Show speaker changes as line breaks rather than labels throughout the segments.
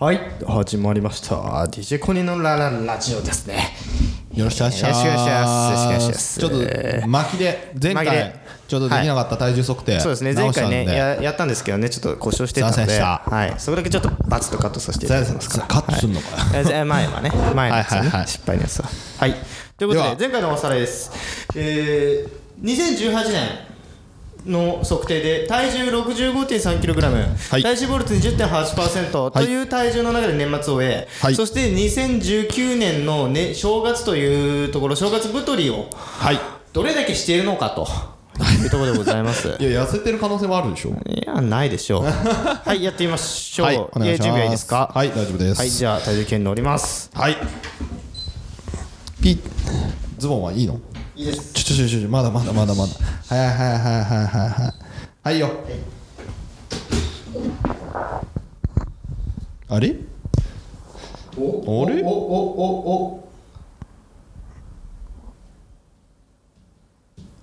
はい始まりました DJ コニーのラララジオですね
よろしくお願いします。
よろしくお願いします
ちょっと巻きで前
巻き
回
で
ちょっとできなかった体重測定、
そうですね前
直した
回
ん
ねややったんですけどねちょっと故障してた
すい
の
ませんで
で、
した
はい、そこだけちょっとバツとカットさせていただきますから
カットすんのかよ
はいえ前前はね前のやつね、
はいはいはい
失敗のやつははいということ
で
で
は
前回のおさらいですえー、2018年の測定で体重 65.3kg、
はい
体脂肪率20.8%という体重の中で年末を終え、
はい
そして2019年の、ね、正月というところ正月太りを
はい。
どれだけしているのかというところでござい ます
いや痩せてる可能性もあるでしょ。
いや、ないでしょう。はい、やってみましょう。
はいお願いし
えー
ます
準備はいいですか。
はい大丈夫です
はい、じゃあ、体重計に乗ります。
はい。ピッズボンはいいの？
いいです。
ちょちょちょちょまだまだまだまだ。はいはいはいはいはいはいはい。はいよ。あれ？
お
あれ
お、お、お、お。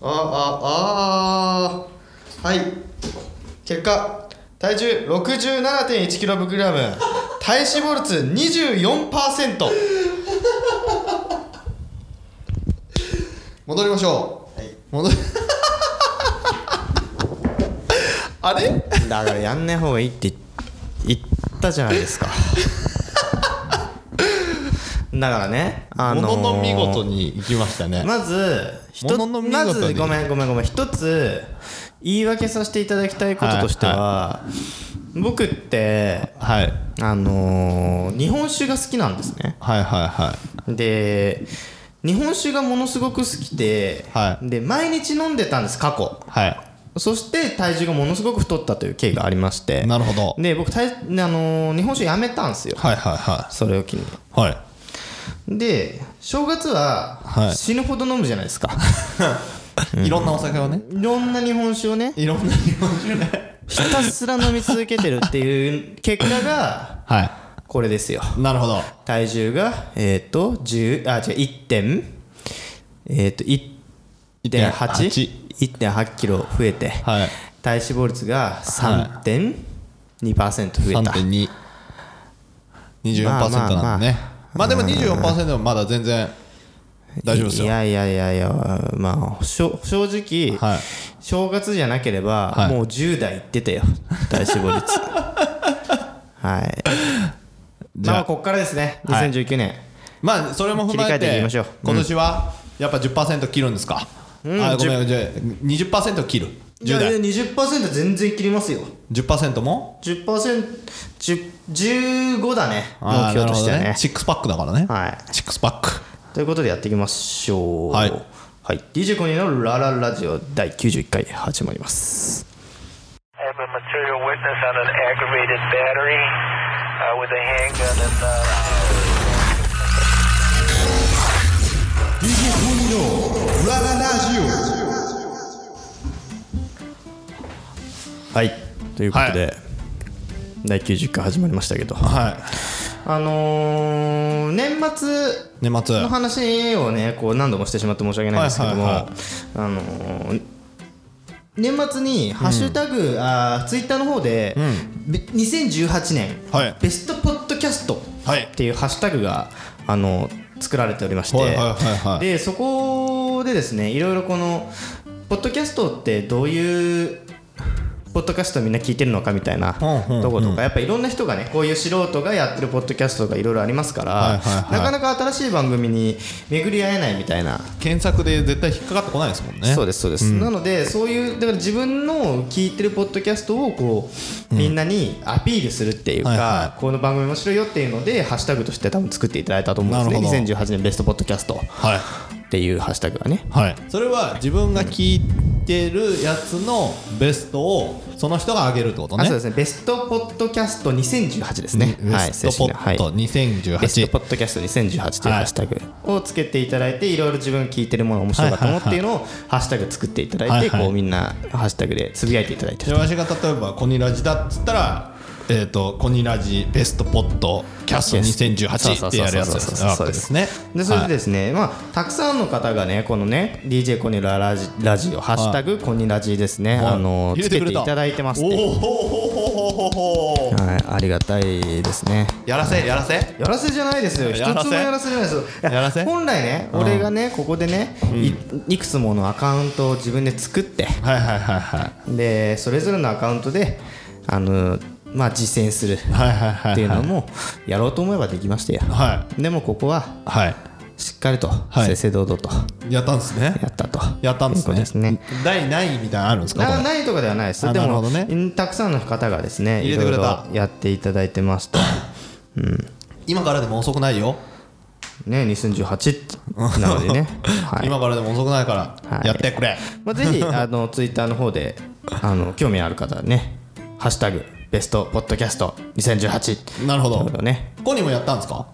あ、あ、あはい。結果、体重六十七点一キログラム。体脂肪率二十四パーセント。
戻りましょう。戻り。 あれ？
だから、やんない方がいいって言ったじゃないです か。だからね、あのー
ものの見事に行きましたね。
まずひと
ものの見
ま
事に
ずごめんごめんごめん一つ言い訳させていただきたいこととしては、僕って
はい
あのー日本酒が好きなんですね
はいはいは
で日本酒がものすごく好きで,、
はい
で毎日飲んでたんです過去
いは
そして体重がものすごく太ったという経緯がありまして
い。なるほど。
で僕体、あのー日本酒やめたんですよ
はいはいは
それを機に
いはい。
で正月
は
はい死ぬほど飲むじゃないですか、
いろんなお酒をね。
いろんな日本酒をね
いろんな日本酒ね。
ひたすら飲み続けてるっていう結果が
は
これですよ
い。なるほど。
体重がえっ、と10あ違う1点えっ、と
1.8
1.8キロ増えて、
はい。
体脂肪率が3.2%増えた、
3.2。24%
まあまあ
なんでね。まあでも24%はまだ全然大丈夫です
い
よ。
やいやいやいやまあしょ正直、
はい
正月じゃなければ、
はい
もう10代いって たよ体脂肪率はい
じゃあ
まあここからですね
はい
2019年、
まあそれも踏ま
切り
え
替えてい
て
きましょううん
今年はやっぱ10%切るんですか。あごめんじゃあ20%切る。
いや
10
いや
代。
20%全然切りますよ
10%も
10%15 だね
あ
目
ー
標としては
なるほど
ね
シックスパックだからね。
はい
シックスパック。
ということでやっていきましょう
はい
はい DJ コニーのラララジオ第91回始まります
I have a material witness on an aggravated battery uh, with a handgun and. Uh
はいということで、第90回始まりましたけど
はい。
あのー、年末
年末
の話をねこう何度もしてしまって申し訳ないんですけども、
はいはいはい
あのー年末にハッシュタグ、あツイッター Twitter の方で、べ2018年、
はい
ベストポッドキャスト
はい
っていうハッシュタグがあの作られておりまして、
はいはいはいはい
でそこでですねいろいろこのポッドキャストってどういうポッドキャストみんな聞いてるのかみたいな
うんうんうん
とことかやっぱいろんな人がねこういう素人がやってるポッドキャストがいろいろありますから、
はいはいは
な
い
かなか新しい番組に巡り合えないみたいな、
検索で絶対引っかかってこないですもんね
そうですそうです、なのでそういうだから自分の聞いてるポッドキャストをこうみんなにアピールするっていうか、
はいは
この番組面白いよっていうのでハッシュタグとして多分作っていただいたと思うんです
なるほ
ね
ど
2018年ベストポッドキャスト
はい
っていうハッシュタグがね
はいそれは自分が聞いてるやつのベストをその人が上げるってこと
あ
ね
そうですねベストポッドキャスト2018ですね
ベ
はい
ストポ
正式
ッ
な
ト
はい
2018
ベストポッドキャスト2018というハッシュタグをつけていただいていろいろ自分が聞いてるもの面白かったものっていうのをハッシュタグ作っていただいて
はいはい
こうみんなハッシュタグでつぶやいていただいて
じゃあわしが例えば「コニラジ」だっつったら「えー、とコニラジベストポットキャスト
そうそ
2018」
うそうそう
ってやるやつ
そう
な
そう
わ
そう
けですね
でそれで
はい
ですね、まあ、たくさんの方がねこのね DJ コニララジラジオ「ハッシュタグコニラジ」ですね、
はい
あの
入
つ
れて
け
く
て
れ
い
た
ただいてます
お
ね
おほうほうほう
はい、ありがたいですね。
やらせやらせ
やらせじゃないですよ。一つ
やらせ
もやらせじゃないですよ。い
やらせ
本来ね、俺がね、ここでね、いいくつものアカウントを自分で作って、
はいはいはいはい
で、それぞれのアカウントで、あの、まあ、実践するっ
はいはいはい
ていうのも、やろうと思えばできましたよ。
は
でも、ここはい
はい
しっかりと、
い
正々堂々と
やったんですね
やったと。
やったんで
い
す
うこと
ね
ですね。
第何位みたいなのあるんですかこ
な
れ
ないとかではないです
あ
で
なる
も
ほどね
うんたくさんの方がですね
入
い
れて
ろ
く
い
れた
ろやっていただいてました
今からでも遅くないよ
ね2018なのでね、 はい
今からでも遅くないから
はい
やってくれ
まあ、ぜ ひあのツイッターの方であの興味ある方はね「ハッシュタグベストポッドキャスト2018」
なるほど
ということね
コニーもやったんですか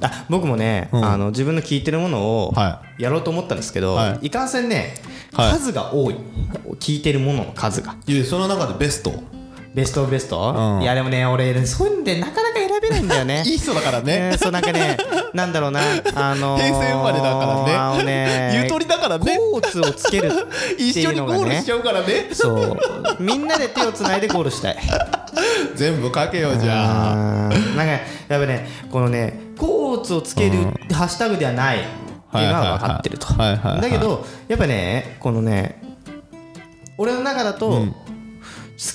あ僕もね、あの自分の聞いてるものを
は
やろうと思ったんですけど、、
はい
かんせんね、
はい
数が多い聞いてるものの数が
いやその中でベスト
ベストオブベスト、
うん
いやでもね俺そういうんでなかなか選べないんだよね
いい人だからね
えーそうなんかね、なんだろうな、あのー、
平成生まれだからね
あのね
ゆとりだからね
コーツをつけるって
一
い
緒
う
に
の
ゴ
がね。
ールしちゃうからね
そう、みんなで手をつないでゴールしたい。
全部かけようじゃあ
あーなんか、やっぱね、このね、コーツをつけるハッシュタグではない。っていうのは分かってると。
はいはいはいはいは
だ
い
けど、やっぱね、このね。俺の中だと、好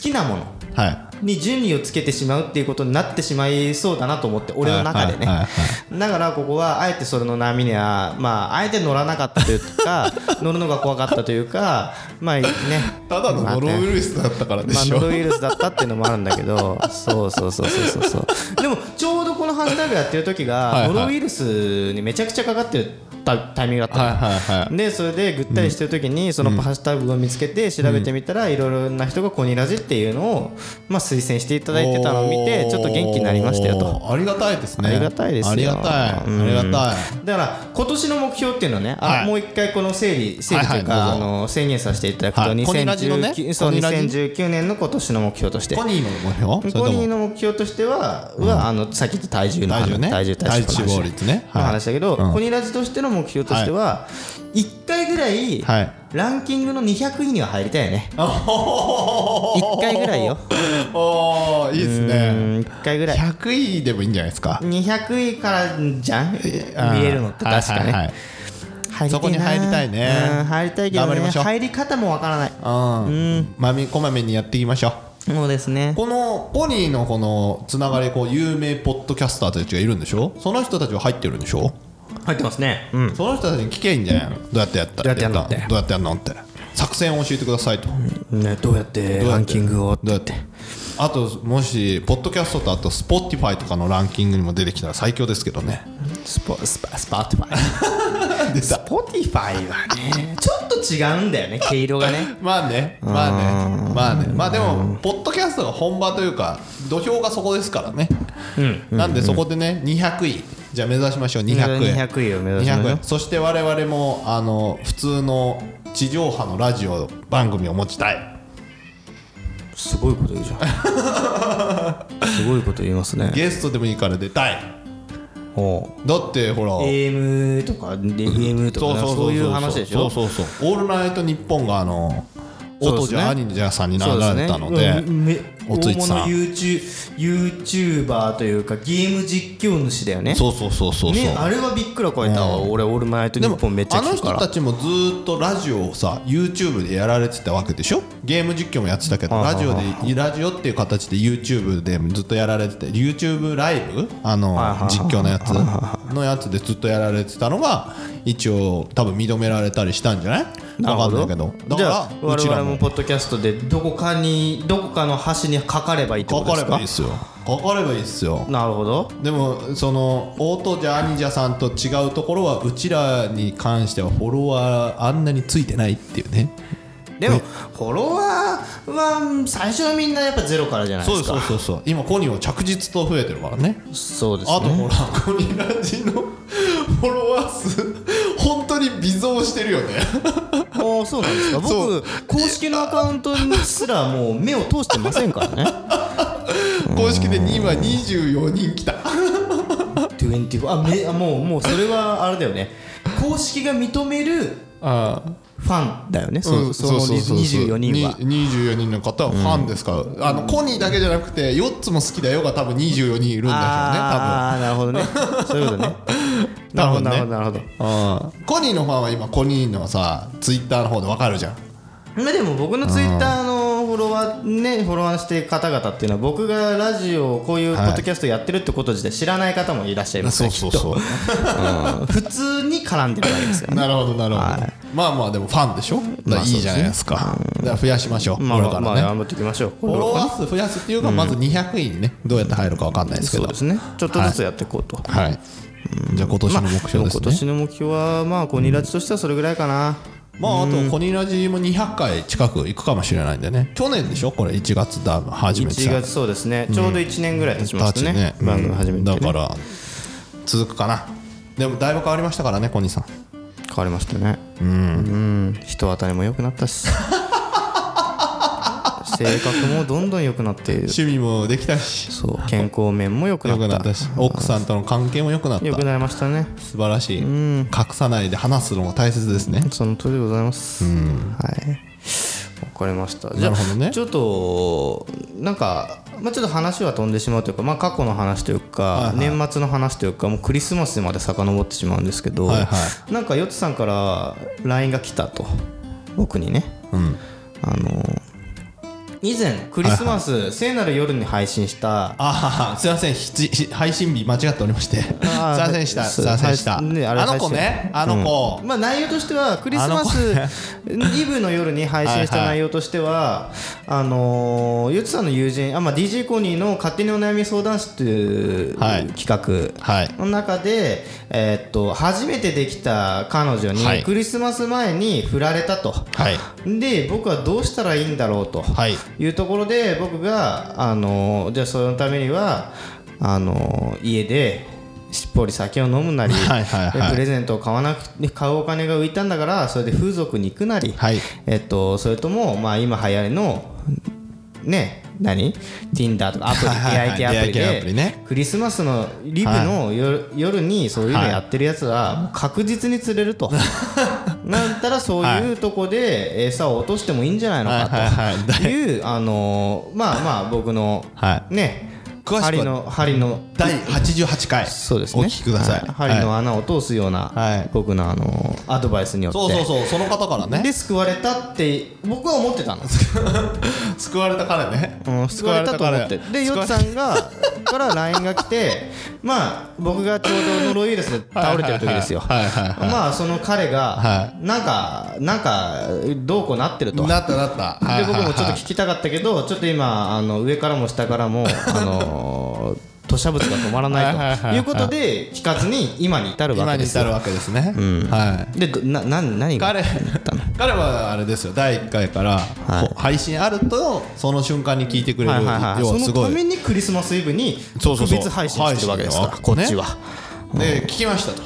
きなもの。
は
に順位をつけてしまうっていうことになってしまいそうだなと思って俺の中でね
はいはいは
だからここはあえてそれの波にはまああえて乗らなかったというか 乗るのが怖かったというかまあね
いただのノロウイルスだったからで
まあ、
し
ノ
ょ
ロウイルスだったっていうのもあるんだけ どそうそうそうそうそうそうでもちょうどこのハッシュタグやってる時が
はいはい
ノロウイルスにめちゃくちゃかかってるタタイミングだったの、
はいはいはい
でそれでぐったりしてる時にそのハッシュタグを見つけて調べてみたらいろいろな人が「コニラジ」っていうのをまあ推薦していただいてたのを見てちょっと元気になりましたよと。
おーありがたいですね
ありがたいですよ
ありがたいあ
うん
りがたい
だから今年の目標っていうのはね、あ
はい
もう一回この整理整理というか、
はいはいどうぞ
あの宣言させていただくと、
はいコニラジのね
2019そう
コニラジ
2019年の今年の目標として
コニーの目標そ
コ
れと
ニー
も
の目標としては、はあのさっき言った体重の話
体重ね
体重体
体
重
脂肪率ね
の
はい
話だけど、
うん
コニラジとしての目標としては、一1回ぐらい、
はい
ランキングの200位には入りたいよね
1
1回ぐらいよ
おーいいですね
1回ぐらい
100位でもいいんじゃないですか
200位からじゃん見れるのって確かね、
はいはいはい
入りたいな
そこに入りたいね
うん入りたいけど、
頑張り
ね、
ましょう
入り方もわからない
うん、まみこまめにやっていきましょう
そうですね
このコニーのこのつながりこう有名ポッドキャスターたちがいるんでしょその人たちは入ってるんでしょ
入ってますねうん
その人たちに聞けばいいんじゃないのどうやってやっ
ど
た
うやってやんのって
どうやってやんのって作戦を教えてくださいと、
ね、どうやって
どうやって
ランキングを
どうやってあともしポッドキャストとあと Spotify とかのランキングにも出てきたら最強ですけどね
スポスパスパーティファイ
出
スポティファイはねちょっと違うんだよね毛色がね
まあねまあねまあねまあでもポッドキャストが本場というか土俵がそこですからね、なんでそこでね200位じゃあ目指しましょう200位
200位を目指しましょう
200位そして我々もあの普通の地上波のラジオ番組を持ちたい
すごいこと言うじゃ んすごいこと言いますね
ゲストでもいいから出たい
お
だってほら
AM とか FM とかなんかそういう話でしょ
そうそうそう「オールナイトニッポン」があの
そうで
音
す
じ
ね
ゃアニゃさんに流
そうです
れ
ね
たので
うんめ
おつ
大
いちさん
物 YouTube YouTuber というかゲーム実況主だよね
そうそうそうそうそう
ねあれはびっくら超えたわ俺オールナイトニ
で
ッ
も
ポンめっちゃ
あの
聞くか
人
ら
たちもずーっとラジオをさ YouTube でやられてたわけでしょゲーム実況もやってたけどラジオでラジオっていう形で YouTube でずっとやられてて YouTube ライブあの実況のやつのやつでずっとやられてたのが一応多分認められたりしたんじゃない
なるほど
わかんないけどだ
じゃあ
からう
我
ちら
々
も
もポッドキャストでどこかにどこかの端にかかればいいってこ
か
と
か
で
れ
す
ば
か
いいっすよかかればいいっすよ
なるほど
でもそのオートジャーニジャさんと違うところはうちらに関してはフォロワーあんなについてないっていうね
でもフォロワーは最初はみんなやっぱゼロからじゃない
そう
で
ですす
か
そうそうそう今コニーは着実と増えてるからね
そうです
あと
ね
ほらコニーラジのフォロワー数本当に微増してるよね
ああそうなんですか
そ
僕
う
公式のアカウントにすらもう目を通してませんから ね
公式で今24人来た
24あめあもうもうそれはあれだよね公式が認める
ああ
ファンだよね、
う
そ
ん
その24人は。
に24人の方はファンですから、あのコニーだけじゃなくて4つも好きだよが多分24人いるんでしょうね多
ああ、なるほどね。そういうことね。
分
なるほど、
多分
なる
ね
ほど、なるほど。
うんコニーのファンは今コニーのさツイッターの方でわかるじゃん
まあでも僕のツイッターのフォロワーねフォロワーしてる方々っていうのは僕がラジオをこういうポッドキャストやってるってこと自体知らない方もいらっしゃいますね
うそう
うん普通に絡んでるわけです からね
なるほどなるほど、まあまあでもファンでしょだからいいじゃないですか、だから増やしましょう、
まあ
これ
ま
か
あまあ
らね、
頑張っていきましょう
フォロワー数増やすっていうかまず200位にねどうやって入るかわかんないですけ
そ
ど
うですねちょっとずつやっていこうと
はいじゃあ今年
まあ
の目標
も今
ですね、
年の目標はまあコニラチとしてはそれぐらいかな
まあ、あとコニラジも200回近く行くかもしれないんでね去年でしょこれ1月だ初めて
1月そうですねちょうど1年ぐらい経ちましたね番組始めてね
だから続くかなでもだいぶ変わりましたからねコニーさん
変わりましたねうん人当たりも良くなった し性格もどんどん良くなっている
趣味もできたし
そう健康面も良くな
良く
っ
なったたし奥さんとの関係も良くなった
良くなりましたね
素晴らしい隠さないで話すのも大切ですね
その通りでございますはいわかりましたじゃ
なるほどね
あちょっとなんかまあちょっと話は飛んでしまうというかまあ過去の話というか年末の話というかもうクリスマスまで遡ってしまうんですけど
はいは
なんかヨッツさんから LINE が来たと僕にね
うん
あの以前クリスマス聖なる夜に配信した
ああすいませんひちひ配信日間違っておりましてすい
あー
ませんでしたす
そう
いませんでしたあ
配信ねあれ
の子ねあの子
まあ内容としてはクリスマスイブの夜に配信した内容としてはあのーゆつさんの友人あまあ DJ コニーの勝手にお悩み相談室という
はい
企画
はい
の中でえーっと初めてできた彼女
は
に
い
クリスマス前に振られたと
はい
で僕はどうしたらいいんだろうと
はい
いうところで僕があのじゃあそのためにはあの家でしっぽり酒を飲むなり、
はいはいはい
でプレゼントを買わなく買うお金が浮いたんだからそれで風俗に行くなり、
はい
えっと、それとも、まあ、今流行りのね何 Tinder とかアプリ
はい
出
はい
会
はい
い系アプリ
出会い系
で
アプリね
クリスマスのリブの夜,、夜にそういうのやってるやつはもう確実に釣れ ると、なったらそういうとこで餌を落としてもいいんじゃないのかと。
はいはいはい
っていう、あのーまあまあ僕の、
は
ね
詳しくは
針の針の
第88回
そうですね
お聞きください、
は針の穴を通すような、
はい
僕の、あのーアドバイスによって
そうそうそうその方からね
で救われたって僕は思ってたんです、
救われた彼ね、
うん、救われたと思ってでヨッツさんがから LINE が来てまあ僕がちょうどノロウイルスで倒れてる時ですよ
はいはいはい
まあその彼
は
がなんかなんかどうこうなってると
なったなったはい
で僕もちょっと
はい
聞きたかったけどちょっと今あの上からも下から もあの土砂物が止まらないということで聞かずに今に至るわ
今
け
に
です
至る
よ
わけですね、はい
でどなな何が
彼彼はあれですよ第1回から、こう配信あるとその瞬間に聞いてくれる、
はいはいはい、
要
そ
はす
の
ご
ため
い
にクリスマスイブに
そうそ
特
うそう
別配信してるわけですから
配信
こっちは、
で聞きましたと、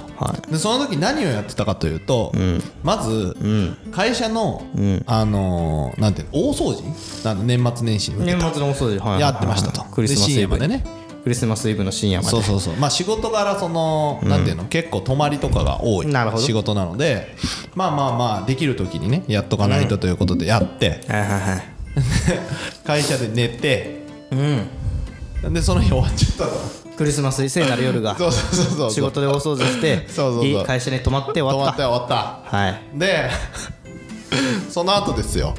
でその時何をやってたかというと、まず、会社の、あのーなんていうの大掃除なんで年末年始に向けて
年末の大掃除、はいはいはい
やってましたと
クリスマスイブ
で深夜までね
クリスマスイブの深夜まで
そうそうそうまあ仕事柄その、なんていうの結構泊まりとかが多い
なるほど
仕事なのでまあまあまあできる時にねやっとかないとということでやって、
はいはいはい
会社で寝てうんでその日終わっちゃったの
クリスマス聖なる夜が
そうそうそうそう
仕事で大掃除して
そうそうそう
いい会社に泊まって終
終
わ
わ
っ
ったた終わった
はい
でその後ですよ、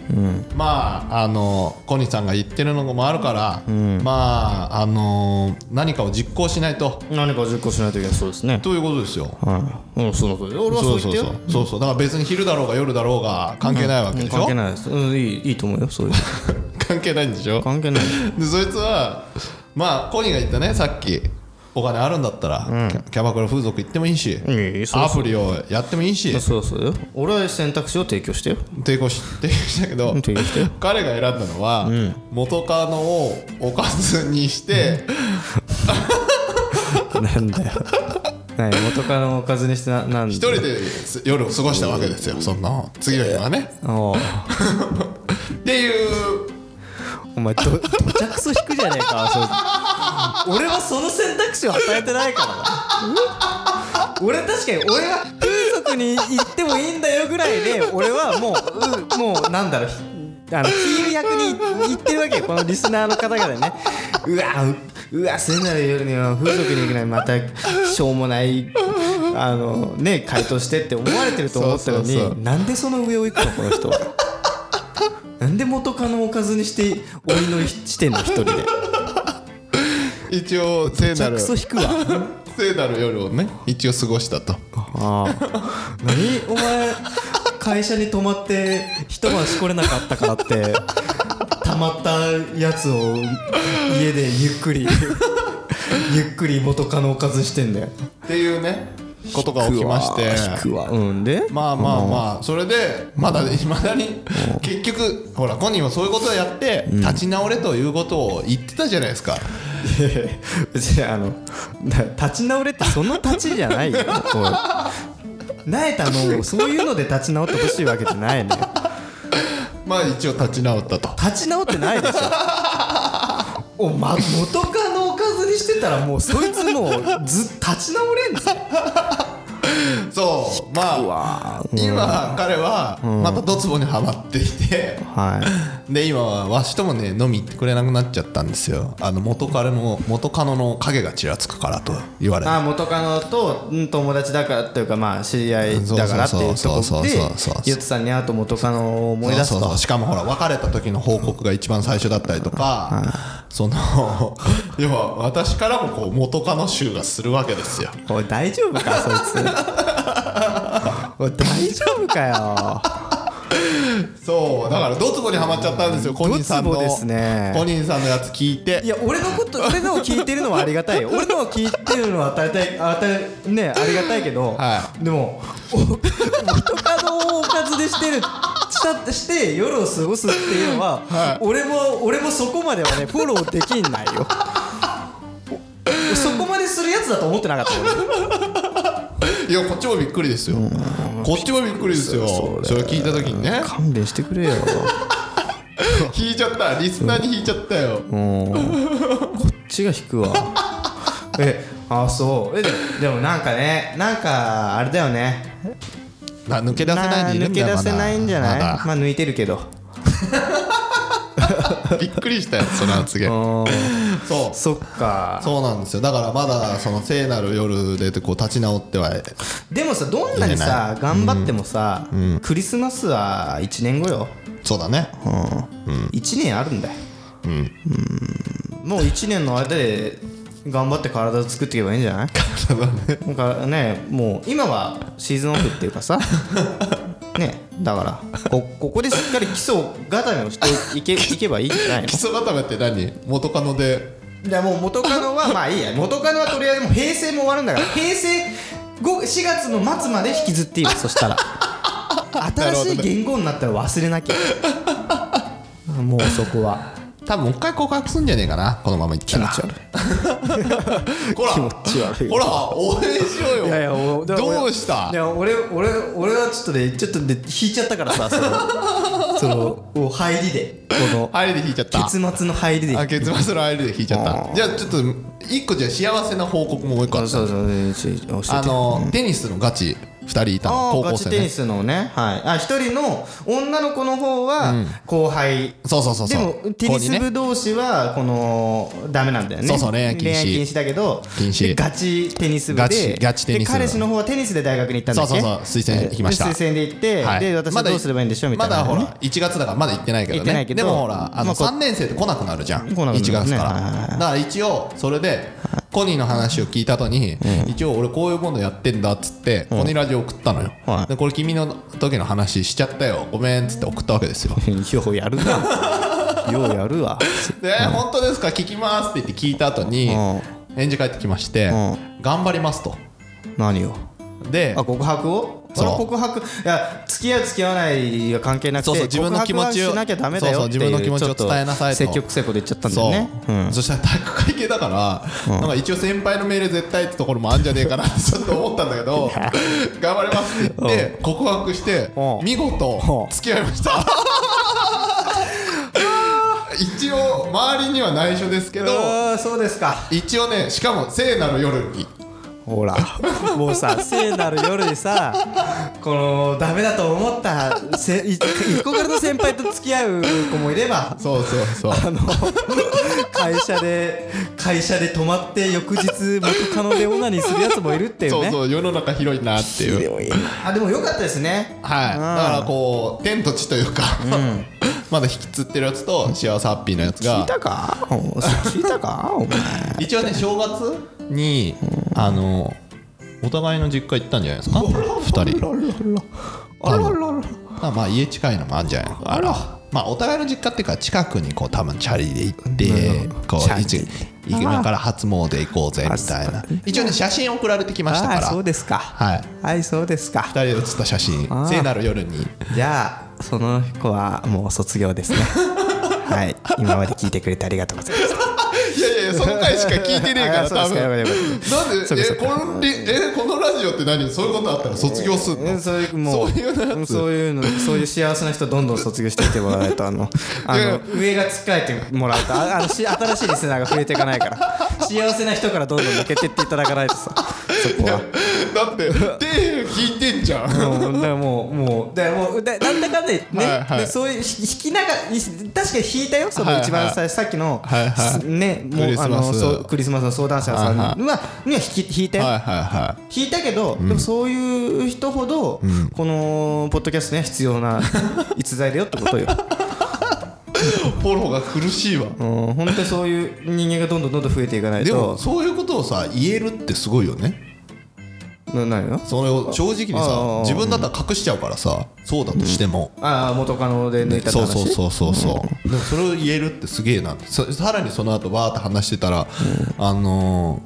まああの小西さんが言ってるのもあるから、まああの何かを実行しないと
何か実行しないといけないそうですね
ということですよ
はいうんそうそう俺はそう言ってよ
そうそうそうだから別に昼だろうが夜だろうが関係ないわけでしょ、
関係
関
ないです、うん、いいいいと思うよそういうの
係ないんでしょ
関係ない
でそいつはまあコニーが言ったねさっきお金あるんだったら、キャキャバクラ風俗行ってもいいし、
いいそう
アプリをやってもいいし
そうそうよ俺は選択肢を提供してよ
抵抗し 提供したけど
提供してよ
彼が選んだのは、元カノをおかずにして、
なん だよ。はい、元カノをおかずにしてな、なん
一人です夜を過ごしたわけですよそんな次の日はね
おう
っていう
お前ど、どちゃくそ引くじゃねえか、そう俺はその選択肢を与えてないからな。俺確かに、俺は風俗くに行ってもいいんだよぐらいで俺はもううもうなんだろうあのヒール役に行ってるわけよこのリスナーの方々にねうわううわすんなら夜には風俗に行くないまたしょうもないあのね回答してって思われてると思ったのに
そうそうそう
なんでその上を行くのこの人はなんで元カノをおかずにしてお祈りしてんの一人で
一応聖なる
クソ
聖
引くわ
なる夜をね一応過ごしたと
何お前会社に泊まって一晩しこれなかったから ってたまったやつを家でゆっく りゆっくり元カノおかずしてんだよ
っていうねことが起きまして
引くわうんで
まあまあまあそれでまだいまだに結局ほら本人はそういうことをやって立ち直れということを言ってたじゃないですか
いやいや別にあのな立ち直れってその立ちじゃないよこ うなえたのをそういうので立ち直ってほしいわけじゃないのよ
まあ一応立ち直ったと
立ち直ってないでしょ おま元カノおかずにしてたらもうそいつもうず立ち直れん ぞ
そうまあ
わ
今彼はまたドツボにはまってい て
は
で今はわしともね飲み行ってくれなくなっちゃったんですよあの元カノの元カノの影がちらつくからと言われ
い
て
まあ元カノとうん友達だからというかまあ知り合いだからっていうとこ
そうそうそうそう
ろで
そうそうそう
ゆつさんに会うと元カノを思い出す
そうそ
と
うそうしかもほら別れた時の報告が一番最初だったりとかその 要は私からもこう元カノ臭がするわけですよ
おい大丈夫かそい つおい大丈夫かよ
そうだからドツボにはまっちゃったんですよコニーさんの
ドツボですね
コニーさんのやつ聞いて
いや俺のこと俺のを聞いてるのはありがたい よ俺のを聞いてるのは与えたい与えねありがたいけど、
は
でもお 元カノをおかずでしてるしたして夜を過ごすっていうのは、俺も俺もそこまではねフォローできんないよおそこまでするやつだと思ってなかった俺
いやこっちもびっくりですよこっちもびっくりですよそれ聞いた時にね
勘弁してくれよ
引いちゃったリスナーに引いちゃったよ
血が引くわ えあそうえででもなんかねなんかあれだよね
な抜け出せないでいるんだ
まあ抜け出
まだ
せないんじゃない
まだ
まあ抜いてるけど
びっくりしたよその発言そう
そっか
そうなんですよだからまだその聖なる夜でこう立ち直っては
でもさどんなにさ頑張ってもさ、クリスマスは1年後よ、
そうだね
1年あるんだよ、うんもう1年の間で頑張って体を作っていけばいいんじゃないなんかねもう今はシーズンオフっていうか さねだからこここでしっかり基礎固めをしてい けいけばいいんじゃないの
基礎固めって何元カノで
いやもう元カノ はまあいいや元カノはとりあえずもう平成も終わるんだから平成5 4月の末まで引きず っているそしたら新しい言語になったら忘れなきゃもうそこは
多分もう一回告白すんじゃねえかなこのままいった
気持
ら
ち悪い
ほら
気持ち悪い
ほら応援しようよ
いやいやおだから
どうした
いや俺俺俺はちょっとねちょっとね引いちゃったからさ そのそのお入りでこの
入りで引いちゃった
結末の入りで
あ結末の入りで引いちゃっ
あ
たじゃあちょっと一個じゃあ幸せな報告ももう一個あ
そう
っ
そ
た
うそうちょちょ教えて
あのテニスのガチ2人いたの
あー
高
ガ
校
チ
生
テニ
ね
スのね、はい、あ一人の女の子の方は後輩、
そうそうそう
で
そう
もテニス
ここにね
部同士はこのダメなんだよね
そうそう恋愛禁止
禁止だけど
禁止
でガチテニス部
ガ
で
チガチテニス部
で彼氏の方はテニスで大学に行ったんだっけ
そうそうそう推薦行きました
で推薦で行って、
はい
で私はどうすればいいんでしょうみたいな、
まだほら1月だからまだ行ってないけど
行ってな
ね
いけ
で
ど
もほらあ
ま
の
あこう
3年生って来なくなるじゃん
来なくなるね
1月から
はいはいはい
だから一応それでコニーの話を聞いた後に一応俺こういうものやってんだっつってコニーラジオ送ったのよ
はい
でこれ君の時の話しちゃったよごめんっつって送ったわけですよ
ようやるなようやる わ
で本当ですか聞きますって言って聞いた後に
う
返事返ってきまして
う
頑張りますと
何を
で
あ告白をそ
そう
の告白いや付き合う付き合わないが関係なくて
そうそう自分の気持ち
告白
を
はしなきゃダメだよっていう
そうそう自分の気持ちを
ちょっ
伝えなさいと
積極性向で言っちゃったんだ
そ
よ
う、
ねうん
そしたら体育会系だから、なんか一応先輩の命令絶対ってところもあんじゃねえかな ってちょっと思ったんだけど頑張りますって言って告白して
うん
見事
うん
付き合いました 一応周りには内緒ですけど
あーそうですか
一応ねしかも聖なる夜に
ほら もうさ聖なる夜にさこのダメだと思ったせい一個からの先輩と付き合う子もいれば
そうそうそう
あの会社で会社で泊まって翌日元カノでオナニーするやつもいるっていう
そう
ね
そう世の中広いなっていうはい
あでもよかったですね
だからこう天と地というか まだ引きつってるやつと幸せハッピーなやつ
聞
が
いたかお聞いたかお前
一応ね正月にあのお互いの実家行ったんじゃないですか2人
あららら
まあまあ家近いのもあるんじゃないのあらまあお互いの実家っていうか近くにこう多分チャリで行ってこ
チャ
う
リ
一今から初詣行こうぜみたいな一応ね写真送られてきましたか
あ
ら
そうですか
はい
はいそうですか
2人で写った写真
ー
聖なる夜に
じゃあその子はもう卒業 ですねはい今まで聞いてくれてありがとうございました
いやいやいやその回しか聞いてねえか ら
あそう
多
ですか
分
よかったよかったそうかそうか
なんでえこのりえこのラジオって何そういうことあったら卒業すん
え
の
そういうもう
そういう
うんそういうのそういう幸せな人どんどん卒業していってもらわないとあのあ
いや
の上がつっかえてもらうとああのし新しいリスナーが増えていかないから幸せな人からどんどん抜けてっていただかないとさそこは。
だって手引いてんじゃ
も
ん
うだからもうもうだからもうだなんだかんだね、
はいはい
でそういうひ弾きながらい確かに弾いたよそ
はい
の
はい
一番最初さっきの、
はいはい
すねも
ク
う
リスマ
あ
ス
のそうクリスマスの相談者さんには
はい
には弾き弾いたよ、
はいはいは
弾いたけど、でもそういう人ほど、このポッドキャストには必要 な逸材だよってことよ、
いフォローが苦しいわ
うん、本当にそういう人間がどんどんどんどん増えていかない
でも
と
そういうことをさ言えるってすごいよね
な何よ
それを正直に
あ
さ
あ
自分だったら隠しちゃうからさそうだとしても、
ああ元カノで抜いたって
そう
話
そうそうそうそうでもそれを言えるってすげえなってそさらにその後バーって話してたら、あの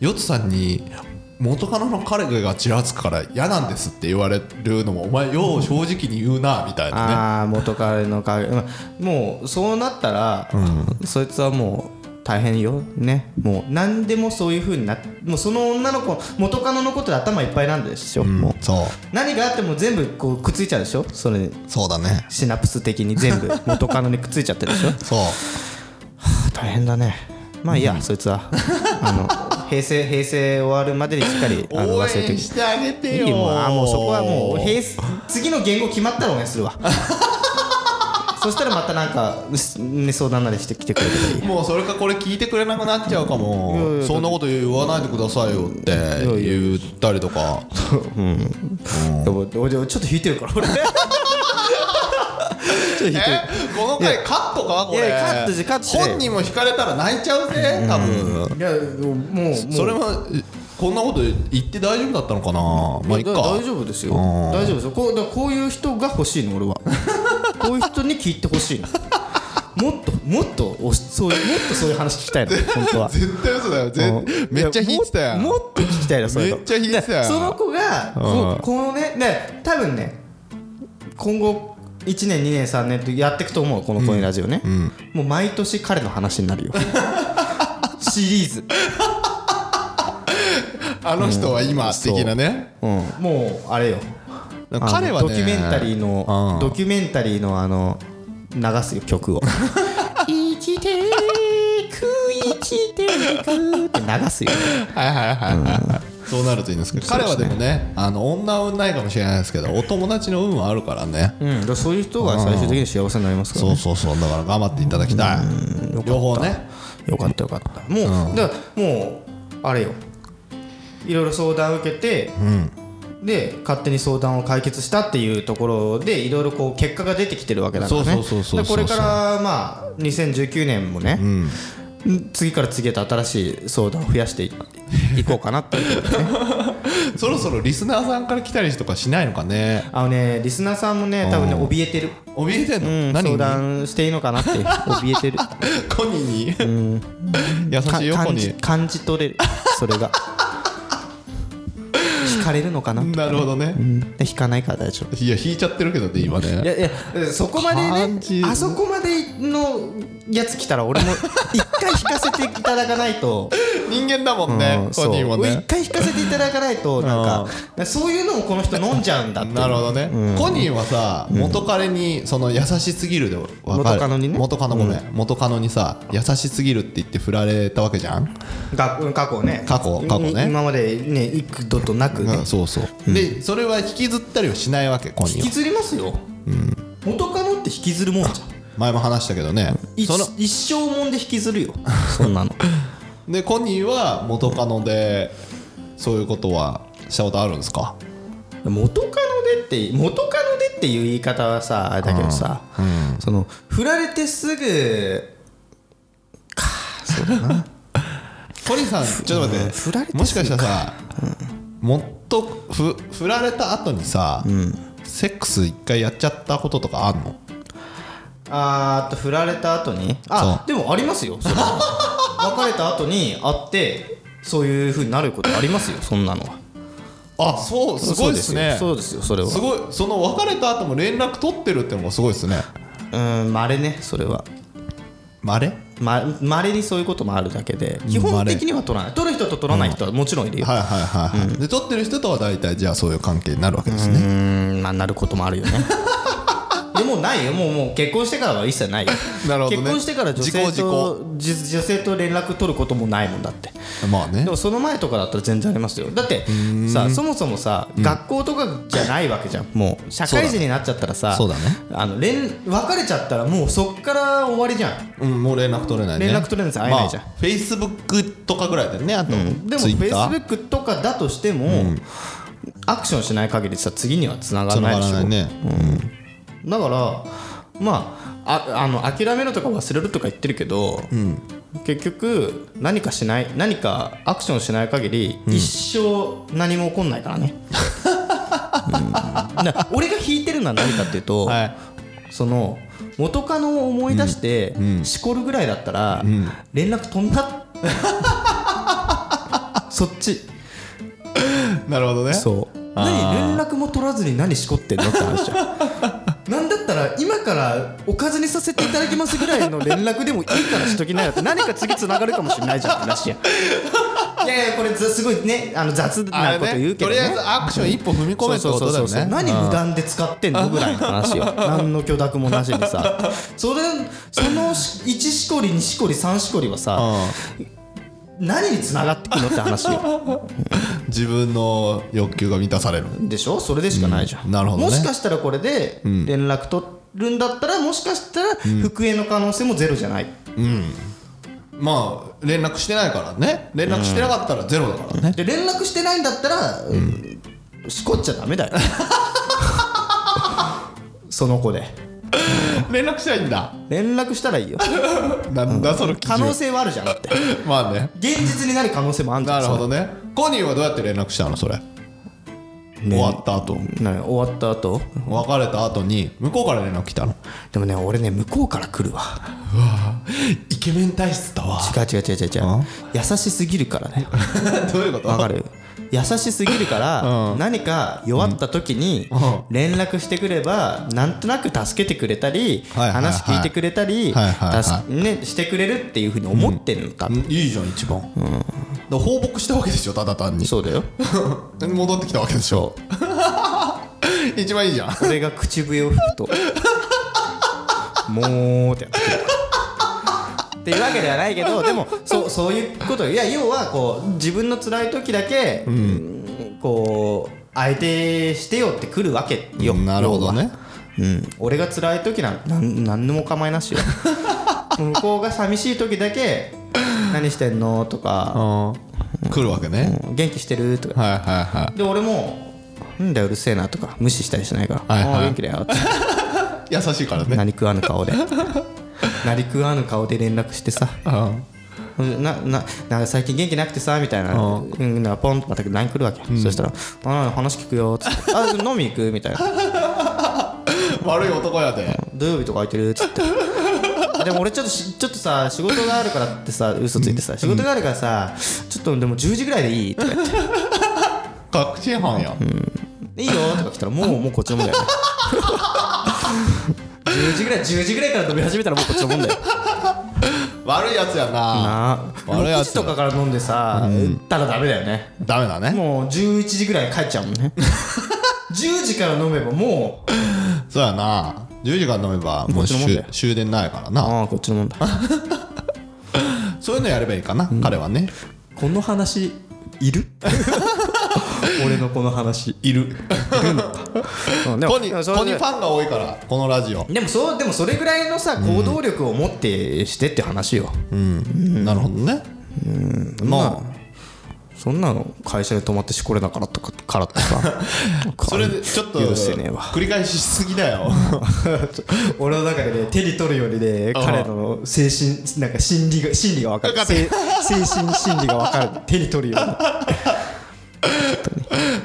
ー、ヨッツさんに元カノの彼がちらつくから嫌なんですって言われるのもお前よう正直に言うなみたいなね
ああ元彼の影まあもうそうなったら、そいつはもう大変よねもう何でもそういう風になっもうその女の子元カノのことで頭いっぱいなんでしょ、もう
そう
何があっても全部こうくっついちゃうでしょそれ
そうだね
シナプス的に 全部元カノにくっついちゃってるでしょ
そう
大変だねまあいいや、そいつはあの平成平成終わるまでにしっかりあの
応
忘れて
援してあげて
い
よ
いもうあもうそこはもう平成次の言語決まったら応援す るわそしたらまたなんか、ね、相談なりしてきてくれたらいい
もうそれかこれ聞いてくれなくなっちゃうかも、
いやいや
そんなこと言わないでくださいよって言ったりとか
やばい俺俺ちょっと引いてるから 俺ちょっと引いてる
えこの回カットかこれ
いやカットしカットし
本人も引かれたら泣いちゃうぜ多分、
いやもうもう
それもこんなこと言って大丈夫だったのかなまあいっ
いや
か
大丈夫ですよ
うん
大丈夫ですよこうだからこういう人が欲しいの俺 はこういう人に聞いてほしいのもっともっとおしそういうもっとそういう話聞きたいの本当は
絶対嘘だよぜめっちゃ引いてたやん
ももっと聞きたいなそういうの
めっちゃ引いてたよ
でその子が
うん
ここのねね多分ね今後1年2年3年とやっていくと思うこの恋ラジオね、もう毎年彼の話になる よシリーズ、
あの人は今
そう
的なね
うん、もうあれよ
彼は
あ
ね
のドキュメンタリーの
うん
ドキュメンタリーのあの流すよ曲 を生きていく生きていくって流すよ
はいはいはいはいそうなるといいんですけど彼はでもねあの女は運ないかもしれないですけどお友達の運はあるからね
うん、だからそういう人が最終的に幸せになりますから、
そう
ね、
そうそうだから頑張っていただきたい両方ね
よかったよかったもう、だからもうあれよいろいろ相談を受けて、で勝手に相談を解決したっていうところでいろいろこう結果が出てきてるわけだからね
そうそうそうそう
だからこれからまあ2019年もね、次から次へと新しい相談を増やしていいこうかなっていう
そろそろリスナーさんから来たりとかしないのかね
あのねリスナーさんもね多分ね
うん
怯えてる、
怯えてんの、
うん、
何
相
に
談していいのかな って怯えてる
コニーに、優
か
しいよコ
感
ニ
じ
ー
感じ取れるそれが引引かれるのかなとか
なるほどね
うんで引かないから大丈夫
いや引いちゃってるけどね今
い
ね
やいやそこまで
感じ
ねあそこまでのやつ来たら俺 も一回引かせていただかないと
人間だもんね
うん
本人も
そう
ね
一回引かせていただかないとなんかそういうのもこの人飲んじゃうんだって
なるほどね、コニーはさ元彼にその優しすぎるで分か
元
る
カノにね
元カノごめん、元カノにさ優しすぎるって言って振られたわけじゃん、
が過去ね
過去過去ね
い今までね幾度となくね
うんそうそう、でそれは引きずったりはしないわけコニ
引き
ーは
ずりますよ元カノって引きずるもんじゃん
前も話したけどね
一
その
一生もんで引きずるよそんなの
でコニーは元カノでそういうことはしたことあるんですか
元カノでって元カノでっていう言い方はさあれだけどさ、その振られてすぐ
コニーさんちょっと待って
振られてすぐか
もしかしたらさ、もっとふ振られた後にさ、セックス一回やっちゃったこととかあんの
あーっと振られた後にあ
そう
でもありますよそ れ別れた後に会ってそういうふうになることありますよそんなのは
あそうすごいですね
そうですよそうですすよそれは
ごいその別れた後も連絡取ってるってのもすごいですね
うーんまれねそれは
あれ
まれにそういうこともあるだけで基本的には取らない取る人と取らない人はもちろんいるよ、
はいはいはいはい、で取ってる人とは大体じゃあそういう関係になるわけです
う
ね、
ーんまあなることもあるよね でもうないよもうもう結婚してからは一切ないよ
なるほどね
結婚してから女性
自己
とじ女性と連絡取ることもないもんだって
まあね
でもその前とかだったら全然ありますよだってさそもそもさ、学校とかじゃないわけじゃんもう社会人になっちゃったらさ
そうだね
あの連別れちゃったらもうそっから終わりじゃん
うん、もう連絡取れないね
連絡取れないです会えないじゃん
フェイスブックとかぐらいだよねあと、
でも
Twitter
Facebook とかだとしても、アクションしない限りさ次にはつながら
繋
な
が
いで
ら
し
な
ょ
いね、
だからまあああの諦めるとか忘れるとか言ってるけど、結局何かしない何かアクションしない限り、一生何も起こんないからね、うんな俺が引いてるのは何かっていうと、
はい
その元カノを思い出して、しこるぐらいだったら、連絡飛んだ そっち
なるほどね
そう何連絡も取らずに何しこってんのって話じゃ んなんだったら今からおかずにさせていただきますぐらいの連絡でもいいからしときなよって何か次つながるかもしれないじゃんって話やん いやいやこれすごいねあの雑
あ
な
れ
こと言う
ね
け
と
ど
りあ
ね
えずアクション一歩踏み込めってことだよね
何無断で使ってんのぐらいの話よ何の許諾もなしに さそれその1しこり2しこり3しこりはさ何につながってくのって話よ
うん自分の欲求が満たされる
でしょそれでしかないじゃん、
うんなるほどね
もしかしたらこれで連絡取るんだったら、もしかしたら復縁の可能性もゼロじゃない、
まあ連絡してないからね連絡してなかったらゼロだからね、
で連絡してないんだったら、しこっちゃダメだ よその子で
連絡しないんだ
連絡したらいいよ
なんだその基準
可能性はあるじゃんだって
まあね
現実になる可能性もあるじゃ
なんるほどねコニーはどうやって連絡したのそれ、
それね
終わった後
な終わった後
別れた後に向こうから連絡来たの
でもね俺ね向こうから来るわ
イケメン体質だわ
違う違う違う違う違う優しすぎるからね
どういうこと
わかる優しすぎるから何か弱った時に連絡してくればなんとなく助けてくれたり
はいはいはい
話聞いてくれたり
はいはいはい
助けねしてくれるっていうふうに思ってるの多
うん
分
いいじゃん一番、だから放牧したわけでしょただ単に
そうだよ
戻ってきたわけでしょ 一番いいじゃん
俺が口笛を吹 くと「もう」ってやってくるっていうわけではないけ どでもそうそういうことよいや要はこう自分の辛い時だけ、こう相手してよってくるわけよ、
うんなるほどね
要はうん、俺が辛い時なんなん何でも構いな しよ向こうが寂しい時だけ「何してんの?」とか
来るわけね、
「元気してる?」とか
はいはいは
で俺も「なんだようるせえな」とか無視したりしないから「
はいはい
ああ元気だよ」って
い優しいからね
何食わぬ 顔で何食わぬ顔で連絡してさ
うん
なななんか最近元気なくてさみたいなうんなんかポンとまた LINE 来るわけ、そしたら「あ話聞くよ」っつって「あ飲み行く?」みたいな「
悪い男やで
土曜日とか空いてる?」っつって でも俺ちょっとしちょっとさ仕事があるからってさ嘘ついてさ仕事があるからさちょっとでも10時ぐらいでいいとか言って
確定犯や、
いいよとか来たらもうもうこっちのもん だよね10時ぐらい10時ぐらいから飲み始めたらもうこっちのもんだよ
悪いやつやな
ああ
悪いや
6
つ
時とかから飲んでさ行ったらダメだよね
ダメだね
もう11時ぐらいに帰っちゃうもん ね10時から飲めばもう
そうやな10時間飲めばもう
こっちのもんだ
終
よ
終電ないからな
ああこっちのもんだ
そういうのやればいいかな、彼はね
この話いる 俺のこの話
いる
うんでも
コニ
でも
コ
それ
ニファンが多いからこのラジオ、
でもそうでもそれぐらいのさ行動力を持ってしてって話よ、
なるほどねま
そんなの会社で泊まってしこれだからとかからとか
あ それでちょっと
許せねえわ
繰り返しすぎだ よ
俺の中でね手に取るよりね
あ
彼の精神なんか心理が心理が分かるせい精神心理が分かる手に取るより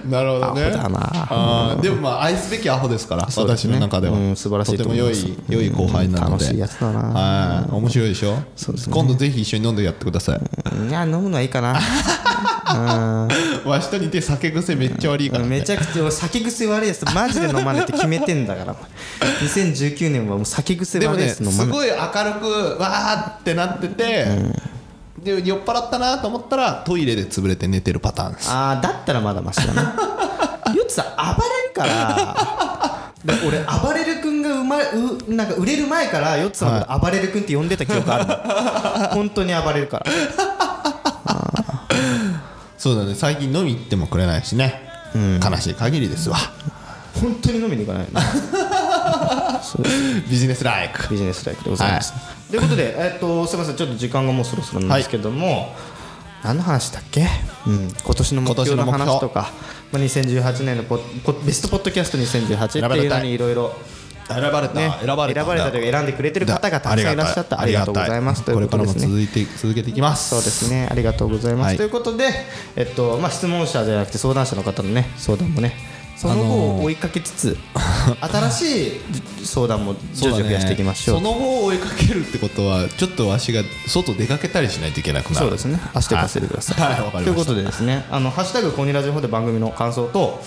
なるほどね
アホだな
あーでもまあ愛すべきアホですから
うです
私
ね
の中では、
うん素晴らしい
とて
と思
も
い
良
ま
い
す
良い後輩なので、
楽しいやつだな
はい面白いでしょ
そうですね
今度ぜひ一緒に飲んでやってください
いや飲むのはいいかな
わしと似て酒癖めっちゃ悪いから、ね、
めちゃくちゃ俺酒癖悪いやつマジで飲まないって決めてんだから2019年はもう酒癖
で
悪
も
い
ね
やつ飲ますない
ごい明るくわーってなってて、で酔っ払ったなと思ったらトイレで潰れて寝てるパターンです
ああだったらまだマシだねヨッツさん暴れる からで俺暴れる君が生まれうなんか売れる前からヨッツさんのこと暴れる君って呼んでた記憶 あるの本当に暴れるから
そうだね最近飲み行ってもくれないしね、悲しい限りですわ
本当に飲みに行かないの
ビジネスライク
ビジネスライクでございます、ということで、えっとすみませんちょっと時間がもうそろそろなんですけども、何の話だっけ、うん、今年の目標の
今年の目標
話とか、まあ、2018年のポポベストポッドキャスト2018っていうのにいろいろ
選ばれた、
ね
選ばれた
選ばれたというか選んでくれてる方がたくさんいらっしゃったありがとうございますとい
こ
う
れ
こ
か
と
ら
で
も
すね
続いて続けていきます
そうですね、ありがとうございます。
はい
ということで、えっとまあ、質問者じゃなくて相談者の方の、ね、相談もね、その後を追いかけつつ、新しい相談も
そ
徐
う
々
だね
に増やしていきましょう。
その後を追いかけるってことはちょっとわしが外出かけたりしないといけなくなる
そうですね、明日
はい
稼いでください。
はいわかり
という
ました
ことでですね、あのハッシュタグコニラジの方で番組の感想と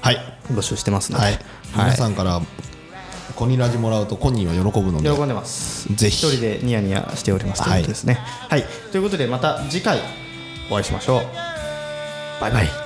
はい、
募集してますので、
はい、皆さんからコニラジもらうとコニーは喜ぶので
喜んでます。
ぜひ
一人でニヤニヤしておりますということですね。はい、ということでまた次回お会いしましょう。バイバイ。